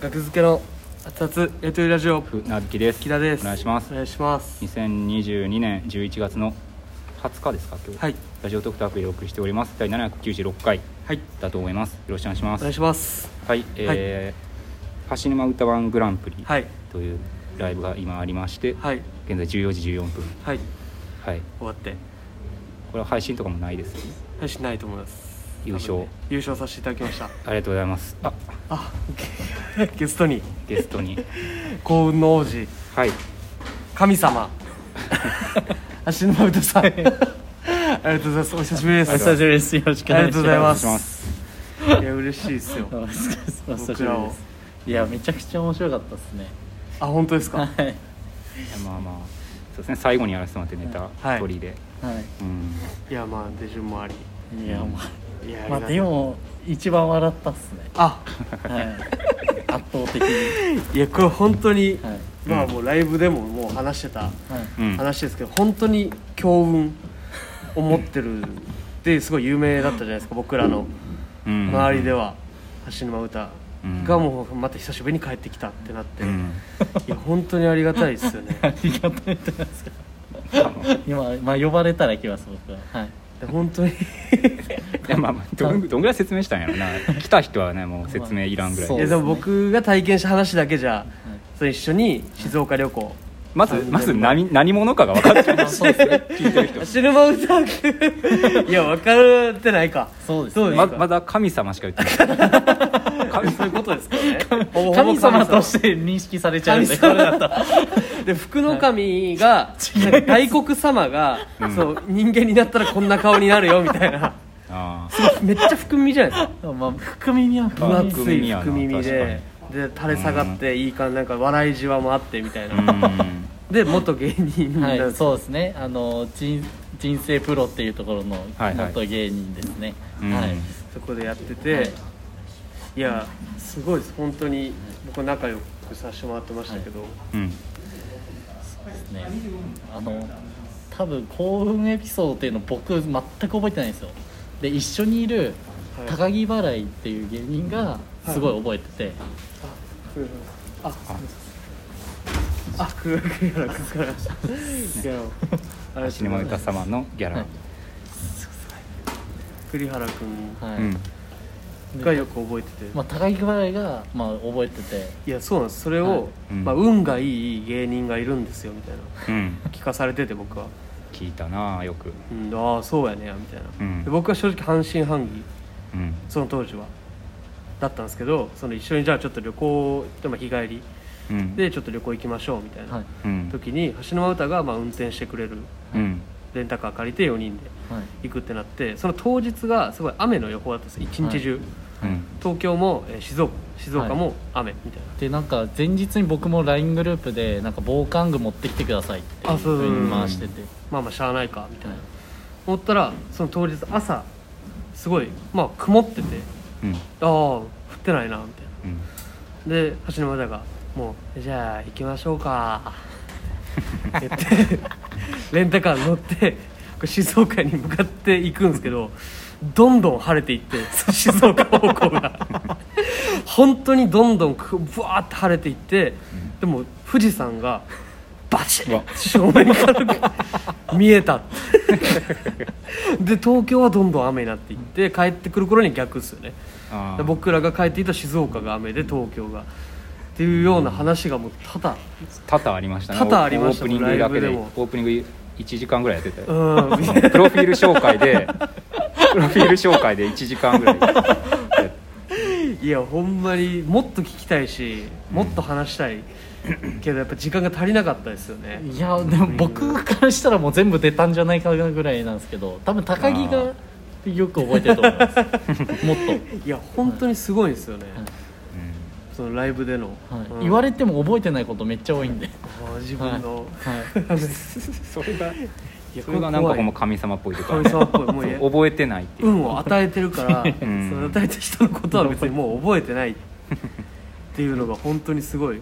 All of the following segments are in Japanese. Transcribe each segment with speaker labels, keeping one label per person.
Speaker 1: 学付けの熱々やりとりラジオ
Speaker 2: なびきです
Speaker 1: 木田です
Speaker 2: お願いします
Speaker 1: お願いします
Speaker 2: 2022年11月の20日ですか今日、
Speaker 1: はい
Speaker 2: ラジオトークタークでお送りしております第796回
Speaker 1: はい
Speaker 2: だと思いますよろしくお願いしま
Speaker 1: お
Speaker 2: す
Speaker 1: 願いします
Speaker 2: はいえーパシネマ歌ワングランプリ
Speaker 1: はい
Speaker 2: というライブが今ありまして、
Speaker 1: はい
Speaker 2: 現在14時14分
Speaker 1: はい
Speaker 2: はい
Speaker 1: 終わって
Speaker 2: これは配信とかもないですよね
Speaker 1: 配信ないと思います
Speaker 2: 優勝
Speaker 1: 多分ね優勝させていただきました
Speaker 2: ありがとうございますあ
Speaker 1: あゲ ゲストに
Speaker 2: ゲストに
Speaker 1: 幸運の王子
Speaker 2: はい
Speaker 1: 神様足の歌さんありがとうございますお久しぶりです
Speaker 3: お久しぶりです。よろしくお
Speaker 1: ありが
Speaker 3: 願
Speaker 1: と
Speaker 3: いし
Speaker 1: うございま
Speaker 3: ます
Speaker 2: お願いしま
Speaker 1: いや嬉しいですよ
Speaker 3: す。お久しぶりです。
Speaker 1: 僕らを
Speaker 3: いや、めちゃくちゃ面白かったですね。
Speaker 1: あ本当ですか
Speaker 3: はい。はい。
Speaker 2: まあまあそうですね最後にやらせてもらってネタ
Speaker 1: はい
Speaker 2: 取りで、うん
Speaker 1: いやまあ手順もあり
Speaker 3: いや、ま
Speaker 1: いや
Speaker 3: あ、ま
Speaker 1: り
Speaker 3: あ、
Speaker 1: がたい
Speaker 3: でも、一番笑ったっすね。
Speaker 1: あ
Speaker 3: はい。圧倒的に。
Speaker 1: いやこれ本当に、
Speaker 3: はい。
Speaker 1: まあもうライブでももう話してた
Speaker 3: はい。
Speaker 2: うん
Speaker 1: 話ですけど本当に強運を持ってるですごい有名だったじゃないですか僕らの
Speaker 2: うん
Speaker 1: 周りでは橋沼歌がもうまた久しぶりに帰ってきたってなって、
Speaker 2: う
Speaker 1: い
Speaker 2: ん
Speaker 1: や本当にありがたいですよね
Speaker 3: ありがたいと思いますか。今、まあ、呼ばれたら来ます、僕は。はい。
Speaker 1: で本当に
Speaker 2: いやまあまあどんどんぐらい説明したんやろな来た人はねもう説明いらんぐらい、
Speaker 3: そう
Speaker 1: いやでも僕が体験した話だけじゃそれ一緒に静岡旅行
Speaker 2: まずまず何何者かが分かってる
Speaker 3: そうですね。
Speaker 2: 聞いてる人
Speaker 1: 橋沼歌いや分かってないか
Speaker 3: そうです
Speaker 1: そう
Speaker 3: ね。
Speaker 1: です
Speaker 2: ままだ神様しか言ってない神
Speaker 1: そういうことですからねほぼほぼ
Speaker 3: 神様として認識されちゃうんで、これだと。
Speaker 1: で福の神がなんか大黒様が、そう人間になったらこんな顔になるよみたいな
Speaker 2: あ
Speaker 1: す ごいめっちゃ含みじゃないです
Speaker 3: まあ、含みには
Speaker 1: か
Speaker 3: 含
Speaker 1: 分
Speaker 3: み
Speaker 1: 厚
Speaker 3: に。
Speaker 1: い
Speaker 2: 含
Speaker 1: 含
Speaker 2: みや
Speaker 1: 耳
Speaker 2: な
Speaker 1: でで垂れ下がっていい感じなんか笑いじわもあってみたい
Speaker 2: あう
Speaker 1: な、
Speaker 2: ん
Speaker 1: で元芸人な
Speaker 3: は
Speaker 1: んで
Speaker 3: い、
Speaker 1: す、
Speaker 3: そうですね。あの人人生プロっていうところの
Speaker 2: はいはい
Speaker 3: 元芸人ですね。
Speaker 2: うん
Speaker 3: はい。
Speaker 1: そこでやってて、
Speaker 3: はい
Speaker 1: い、やすごいです本当に僕は仲良くさせてもらってましたけど、
Speaker 2: うん
Speaker 3: ですね。あの多分幸運エピソードっていうの僕全く覚えてないんですよ。で一緒にいる
Speaker 1: はい
Speaker 3: 高木払いっていう芸人がすごい覚えてて、
Speaker 1: ああくるくるやらくからい やあれ
Speaker 2: シネマ歌様のギャラ、
Speaker 3: はい
Speaker 1: 栗原君
Speaker 3: はい。
Speaker 2: うん
Speaker 1: がよく覚えてて、
Speaker 3: まあ高木払いがまあ覚えてて、
Speaker 1: いやそうなんですそれを、
Speaker 3: はい
Speaker 2: うん
Speaker 1: まあ、運がいい芸人がいるんですよみたいな
Speaker 2: うん
Speaker 1: 聞かされてて僕は、
Speaker 2: 聞いたなあよく
Speaker 1: うん、ああそうやねみたいな、
Speaker 2: うん
Speaker 1: で僕は正直半信半疑
Speaker 2: うん
Speaker 1: その当時はだったんですけどその一緒にじゃあちょっと旅行でも日帰り
Speaker 2: うん
Speaker 1: でちょっと旅行行きましょうみたい
Speaker 3: は
Speaker 1: ない
Speaker 2: うん
Speaker 1: 時に、橋沼歌がまあ運転してくれる
Speaker 2: うん
Speaker 1: レンタカー借りて4人で
Speaker 3: はい
Speaker 1: 行くってなってその当日がすごい雨の予報だったんです一日中、
Speaker 2: うん
Speaker 1: 東京も、えー静岡静岡も雨みたいな、
Speaker 3: でなんか前日に僕も LINE グループでなんか防寒具持ってきてくださいっていう
Speaker 1: あそうそう
Speaker 3: 風に回してて、
Speaker 1: まあまあしゃあないかみたいな
Speaker 3: はい
Speaker 1: 思ったらその当日朝すごいまあ曇ってて
Speaker 2: うん
Speaker 1: ああ降ってないなみたい
Speaker 2: うん
Speaker 1: なで橋沼だがもうじゃあ行きましょうかって言ってレンタカーに乗ってこう静岡に向かっていくんですけどどんどん晴れていって静岡方向が本当にどんどんくぶわーって晴れていってでも富士山がバシ
Speaker 2: うわ
Speaker 1: ッ正面から見えたで東京はどんどん雨になっていって帰ってくる頃に逆ですよね
Speaker 2: あ
Speaker 1: で
Speaker 2: あ
Speaker 1: 僕らが帰っていた静岡が雨で東京がっていうような話がもうただ
Speaker 2: 多々ありましたね
Speaker 1: 多々ありました
Speaker 2: オープニングだけで
Speaker 1: ライブでも
Speaker 2: オープニング1時間ぐらいやってて
Speaker 1: うん
Speaker 2: プロフィール紹介でプロフィール紹介で1時間ぐらい
Speaker 1: いやほんまにもっと聞きたいしもっと話したいけどやっぱ時間が足りなかったですよね
Speaker 3: いやでも僕からしたらもう全部出たんじゃないかなぐらいなんですけど多分高木がよく覚えてると思いますもっ
Speaker 1: いや本当にすごいですよね、
Speaker 2: う
Speaker 1: そのライブでの、
Speaker 3: と、はい
Speaker 1: うん
Speaker 3: 言われても覚えてないことめっちゃ多いんで、
Speaker 1: あー自
Speaker 3: はい
Speaker 1: 分の、
Speaker 3: はい、
Speaker 2: んそれが
Speaker 1: いや
Speaker 2: それがなんか
Speaker 1: 怖い
Speaker 2: この神様っぽいというか
Speaker 1: 神様っぽいもういや
Speaker 2: そう覚えてないっていう、
Speaker 1: 運を与えてるから、
Speaker 2: ん
Speaker 1: その与えた人のことは別に もう覚えてないっていうのが本当にすごい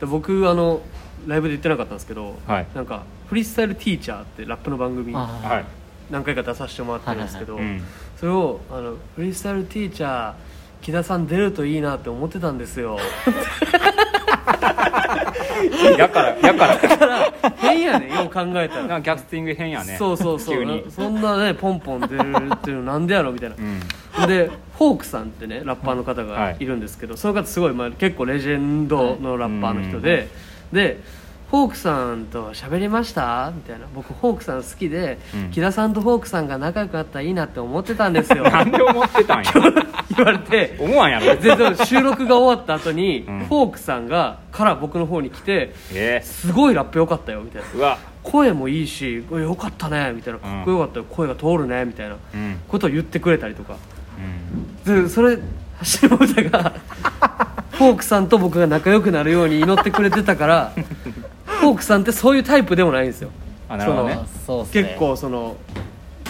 Speaker 1: で僕あのライブで言ってなかったんですけど、
Speaker 2: はい
Speaker 1: なんかフリースタイルティーチャーってラップの番組
Speaker 3: あ
Speaker 2: はい、
Speaker 1: 何回か出させてもらってるんですけど、
Speaker 2: うん
Speaker 1: それをあのフリースタイルティーチャー木田さん出るといいなって思ってたんです よ
Speaker 2: やからやから
Speaker 1: だ から変やねよう考えたら、
Speaker 2: なんかキャスティング変やね
Speaker 1: そうそうそ
Speaker 2: 急に
Speaker 1: うそんなねポンポン出るっていうのなんでやろみたいな
Speaker 2: う、ん
Speaker 1: でフォークさんってねラッパーの方
Speaker 2: は
Speaker 1: が
Speaker 2: い
Speaker 1: いるんですけど、その方すごい、まあ、結構レジェンドのラッパーの人で、
Speaker 2: はい
Speaker 1: でフォークさんと喋りましたみたいな僕フォークさん好きで、
Speaker 2: うん
Speaker 1: 木田さんとフォークさんが仲良くなったらいいなって思ってたんですよ
Speaker 2: なんで思ってたんや
Speaker 1: 言われて
Speaker 2: 思わんやろ
Speaker 1: ででも収録が終わった後に、
Speaker 2: うん
Speaker 1: フォークさんがから僕の方に来て
Speaker 2: え
Speaker 1: すごいラップ良かったよみたいな
Speaker 2: ー、うわ
Speaker 1: 声もいいしうわ良かったねみたいなかっこよかったよ、声が通るねみたいな
Speaker 2: うん
Speaker 1: ことを言ってくれたりとか
Speaker 2: うん
Speaker 1: でそれ橋本 がフォークさんと僕が仲良くなるように祈ってくれてた からフォークさんってそういうタイプでもないんですよ
Speaker 2: あなるほどね
Speaker 1: その
Speaker 3: そうっすね
Speaker 1: 結構その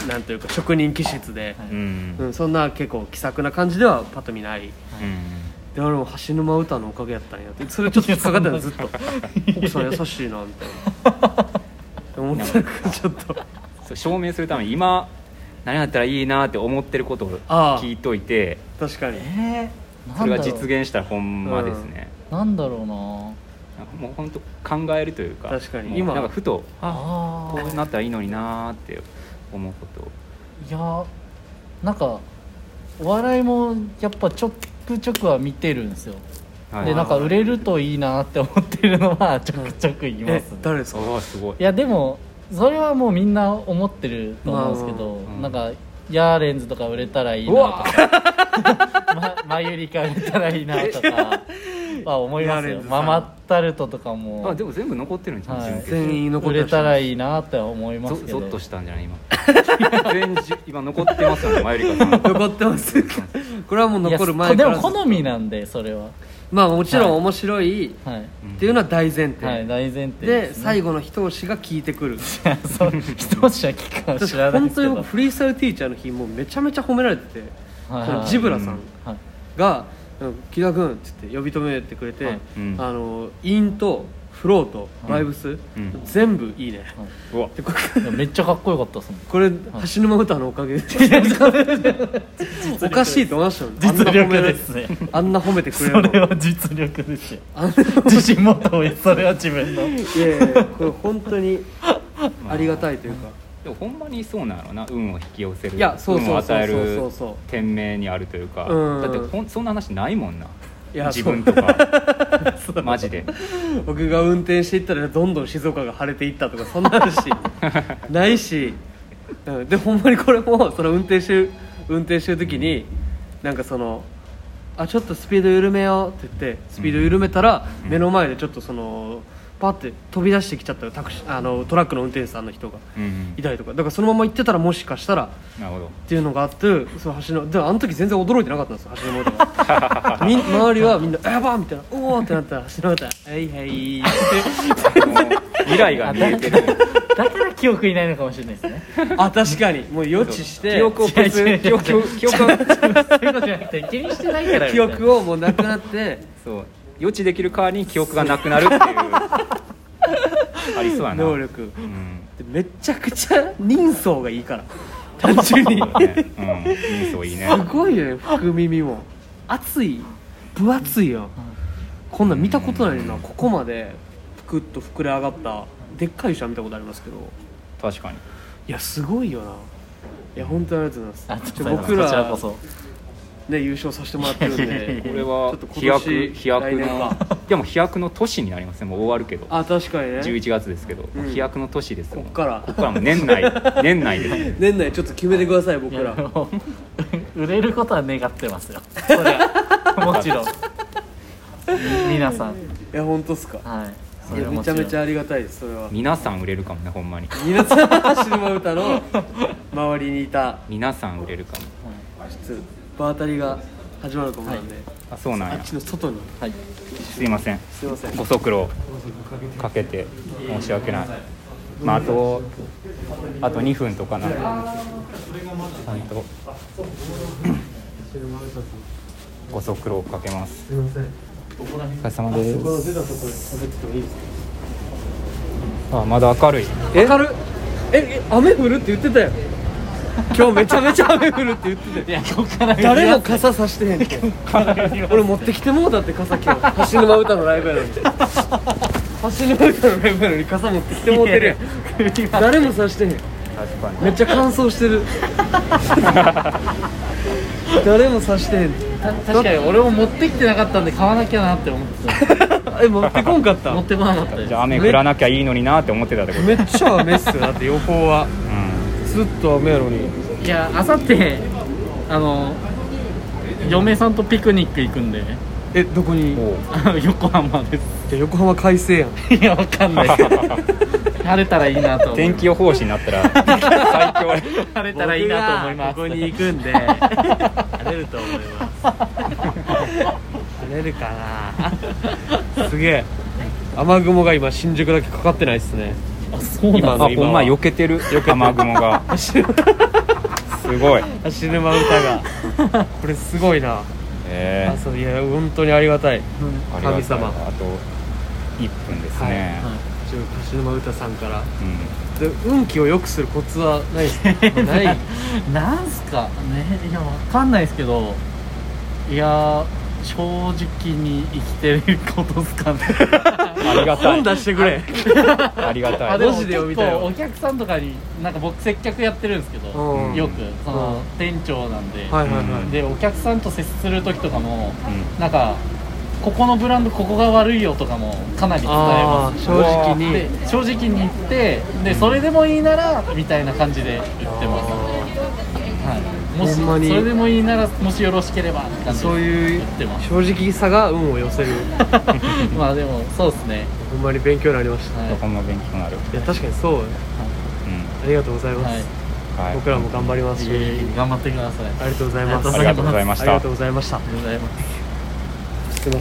Speaker 1: なんというか職人気質で、
Speaker 3: は
Speaker 2: うんうん
Speaker 1: うん、そんな結構気さくな感じではパッと見ない
Speaker 2: うん
Speaker 1: で俺も橋沼歌のおかげやったんやってそれちょっと引っかかったのずっと奥さん優しいなみたい な思ってたからちょっと
Speaker 2: そう証明するために今何やったらいいなって思ってることを
Speaker 1: ああ
Speaker 2: 聞いといて
Speaker 1: 確かに
Speaker 3: えー、
Speaker 2: それが
Speaker 3: なんだろう
Speaker 2: 実現したらほんまですね、
Speaker 3: なんだろうな
Speaker 2: もう本当考えるというか
Speaker 1: 確かに
Speaker 2: もう
Speaker 1: 今
Speaker 2: なんかふとあ
Speaker 3: あ
Speaker 2: こうなったらいいのになーって思うこと
Speaker 3: いやなんかお笑いもやっぱちょくちょくは見てるんですよ
Speaker 2: はい
Speaker 3: でなんか売れるといいなって思ってるのはちょくちょく言いま
Speaker 1: え
Speaker 3: す、ね
Speaker 1: 誰ですか
Speaker 2: おーすごい
Speaker 3: いやでもそれはもうみんな思ってると思うんですけど、
Speaker 2: まあうん
Speaker 3: なんかヤーレンズとか売れたらいいなとか、ま、マユリカ売れたらいいなとかは思い ま
Speaker 1: ヤ
Speaker 3: す
Speaker 1: ーレン
Speaker 3: よ
Speaker 1: ズさ
Speaker 3: マ
Speaker 1: ん
Speaker 3: マタルトとかも
Speaker 2: あでも全部残ってるんじゃん、
Speaker 3: はい
Speaker 2: 準決
Speaker 1: 全員残っ
Speaker 3: 売
Speaker 1: て
Speaker 3: れた
Speaker 1: い
Speaker 3: らいいなって思いま
Speaker 2: ゾ
Speaker 3: すけ
Speaker 2: ゾ
Speaker 3: ど
Speaker 2: ッとしたんじゃない今 全員じ今残ってますよねマユリカさん
Speaker 1: 残ってますこれはもう
Speaker 3: いや
Speaker 1: 残る前から
Speaker 3: でも好みなんでそれは
Speaker 1: まあもちろん面白い
Speaker 3: はい、
Speaker 1: っていうのは大前提、
Speaker 3: はい、大前提
Speaker 1: で
Speaker 3: ね
Speaker 1: 最後の一押しが効いてくる
Speaker 3: そう人しゃ聞くかも
Speaker 1: 私
Speaker 3: 知らない
Speaker 1: 本
Speaker 3: です
Speaker 1: 当に
Speaker 3: けど
Speaker 1: 僕フリースタイルティーチャーの日もうめちゃめちゃ褒められてて、
Speaker 3: はい
Speaker 1: そのジブラさん
Speaker 3: はい
Speaker 1: が「うん木田君」っつって呼び止めてくれて、
Speaker 3: はい
Speaker 2: うん
Speaker 1: あのインとフローとバイブス、
Speaker 2: うん
Speaker 1: 全部いいね、
Speaker 2: うわ
Speaker 1: でこ
Speaker 3: いやめっちゃかっこよかったっすもん
Speaker 1: これ橋沼歌のおか げでおかしいと思いましたよねあんな
Speaker 3: 実
Speaker 1: 褒め
Speaker 3: 力
Speaker 1: られ
Speaker 3: ですね
Speaker 1: あんな褒めてくれ
Speaker 3: そ
Speaker 1: るの
Speaker 3: れは実力ですよ
Speaker 1: あんな
Speaker 3: 自信も遠いそれは自分の
Speaker 1: いやいやこれ本当にありがたいというか
Speaker 2: でもほんまにそうなのな運を引き寄せる
Speaker 1: いやそうそう
Speaker 2: 運を与え
Speaker 1: そ
Speaker 2: る
Speaker 1: うそうそう
Speaker 2: 天命にあるというか
Speaker 1: うん
Speaker 2: だってほんそんな話ないもんない
Speaker 1: や
Speaker 2: 自分とかマジで
Speaker 1: 僕が運転していったらどんどん静岡が晴れていったとかそんな話 ないし、うん、でほんまにこれもその運転してる運転してる時になんかそのあちょっとスピード緩めようって言ってスピード緩めたら目の前でちょっとそのパッて飛び出してきちゃったよタクシーあのトラックの運転手さんの人が
Speaker 2: うんうん
Speaker 1: いたりとかだからそのまま行ってたらもしかしたら
Speaker 2: なるほど
Speaker 1: っていうのがあってその橋のでもあの時全然驚いてなかったんですよ橋の元が みん周りはみんな「やば!」みたいな「おお!」ってなったら橋の元が「はいはい」って
Speaker 2: もう未来が見えてる
Speaker 3: だから記憶いないのかもしれないですね
Speaker 1: あ確かにもう予知して
Speaker 2: 記憶を消
Speaker 3: 違う違
Speaker 2: す
Speaker 3: う
Speaker 2: 記憶を記憶を
Speaker 3: そういうことじゃなくて気にしてないから
Speaker 1: 記憶をもうなくなって
Speaker 2: そう予知できる代わりに記憶がなくなるっていう ありそうやな
Speaker 1: 能力
Speaker 2: うん
Speaker 1: でめちゃくちゃ人相がいい から単純に
Speaker 2: そうだねうん人相いい ね
Speaker 1: すごいね福耳も熱い分厚いやんこんなん見たことないなここまでぷくっと膨れ上がったでっかい医者見たことありますけど
Speaker 2: 確かに
Speaker 1: いやすごいよないや本当にありがとうござい
Speaker 3: あ
Speaker 1: ます
Speaker 3: ちょっと
Speaker 1: 僕
Speaker 3: こちら
Speaker 1: ら
Speaker 3: こそ
Speaker 1: ね優勝させてもらってるん
Speaker 3: いやいやい
Speaker 1: で
Speaker 3: や
Speaker 2: こ
Speaker 3: こ
Speaker 2: れ
Speaker 3: れ
Speaker 2: は
Speaker 1: ちょっと
Speaker 2: 飛
Speaker 1: 今年
Speaker 2: 躍飛躍
Speaker 1: 来年
Speaker 2: の
Speaker 1: か
Speaker 2: でも飛躍の年になりますねもう終わるけど
Speaker 1: あ確かにね
Speaker 2: 11月ですけど、
Speaker 1: うん
Speaker 2: 飛躍の年ですよ
Speaker 1: こっから
Speaker 2: こっからもう 年内年内ですね
Speaker 1: 年内ちょっと決めてください僕
Speaker 3: いや
Speaker 1: ら
Speaker 3: でも売れることは願ってますよそれは もちろん皆さん
Speaker 1: いや本当っすか
Speaker 3: はいそ
Speaker 1: い
Speaker 3: れ
Speaker 1: や
Speaker 3: は
Speaker 1: め
Speaker 3: も
Speaker 1: ちゃ
Speaker 3: ろん
Speaker 1: めちゃありがたいですそれは
Speaker 2: 皆さん売れるかもねほんまに
Speaker 1: 皆さんシルマ歌の周りにいた
Speaker 2: 皆さん売れるかも
Speaker 1: ちょっと場当たりが始まると思うんで、
Speaker 2: あそうなん
Speaker 1: あ
Speaker 2: や
Speaker 1: っちの外に
Speaker 3: はい
Speaker 2: すいません
Speaker 1: すいません
Speaker 2: ご足労かけて申し訳ないまああとあと2分とかなちゃん とご足労かけます
Speaker 1: すいません
Speaker 2: お疲れ様です
Speaker 1: 出たところ喋ってもいいですか
Speaker 2: あまだ明るい
Speaker 1: え明るいええ雨降るって言ってたよ今日めちゃめちゃ雨降るって言って
Speaker 3: いやこっから
Speaker 1: たよ誰も傘さしてへんって俺持ってきてもうだって傘今日橋沼歌のライブやのに橋沼歌のライブやのに傘持ってきてもうてるやん誰もさしてへん
Speaker 2: 確かに
Speaker 1: めっちゃ乾燥してる誰もさしてへん
Speaker 3: た確かに俺も持ってきてなかったんで買わなきゃなって思ってた
Speaker 1: え持ってこんかった
Speaker 3: 持ってこなかったで
Speaker 2: じ
Speaker 3: す
Speaker 2: ゃあ雨降らなきゃいいのになって思ってたってこと
Speaker 1: めっちゃ雨っすよだって予報は
Speaker 2: う
Speaker 1: ずっと雨やのに
Speaker 3: いやあさってあの嫁さんとピクニック行くんで
Speaker 1: えどこに
Speaker 2: んおう
Speaker 3: あの横浜です
Speaker 1: いや横浜快晴やん
Speaker 3: いやわかんない 晴れたらいいなと思う
Speaker 2: 天気予報士になったら最強や
Speaker 3: 晴れたらいいなと思います
Speaker 1: 僕がここに行くん で晴れると思います晴れるかなすげえ雨雲が今新宿だけかかってないっすね
Speaker 3: あそうなん
Speaker 1: 今
Speaker 2: あ
Speaker 1: の
Speaker 2: ほんま避けてる雨雲が
Speaker 1: 走る
Speaker 2: すごい
Speaker 1: 走る馬歌が これすごいな
Speaker 2: え
Speaker 1: あそういや本当にありがたい
Speaker 2: ーありがとう
Speaker 1: 神様
Speaker 2: あと1分ですね、
Speaker 3: はい
Speaker 1: ちょ橋沼歌さんからで運気を良くするコツはないで すかない
Speaker 3: なんすかねいやわかんないですけどいや正直に生きてることです かね
Speaker 2: うんありがたい
Speaker 1: 本出してくれ
Speaker 2: ありがた
Speaker 3: あ
Speaker 2: い
Speaker 3: でも
Speaker 1: マジで
Speaker 3: 結
Speaker 1: 読みたいわ
Speaker 3: 構お客さんとかになんか僕接客やってるんですけど、
Speaker 1: うん
Speaker 3: よくその、
Speaker 1: うん
Speaker 3: 店長なんで、
Speaker 1: はいはいはい、
Speaker 3: でお客さんと接する時とかも
Speaker 2: うん
Speaker 3: なんかここのブランドここが悪いよとかもかなり伝え
Speaker 1: あ
Speaker 3: ま
Speaker 1: あ
Speaker 3: す
Speaker 1: 正直に
Speaker 3: で正直に言ってでそれでもいいならみたいな感じで言ってます、はい、もし
Speaker 1: ほんまに
Speaker 3: それでもいいならもしよろしければって感じで
Speaker 1: そういう
Speaker 3: 言ってます
Speaker 1: 正直さが運を寄 せる
Speaker 3: まあでもそうですね
Speaker 1: ほんまに勉強になりました
Speaker 3: はい
Speaker 2: どこも勉強になる、
Speaker 1: いや確かにそうありがとうございます、
Speaker 2: うんはい、
Speaker 1: 僕らも頑張ります
Speaker 3: い
Speaker 1: し、
Speaker 3: えいえ頑張ってくださいあ
Speaker 1: ありがとうございます
Speaker 2: ありがとうございました
Speaker 1: ありがとうございました
Speaker 3: りがとうございます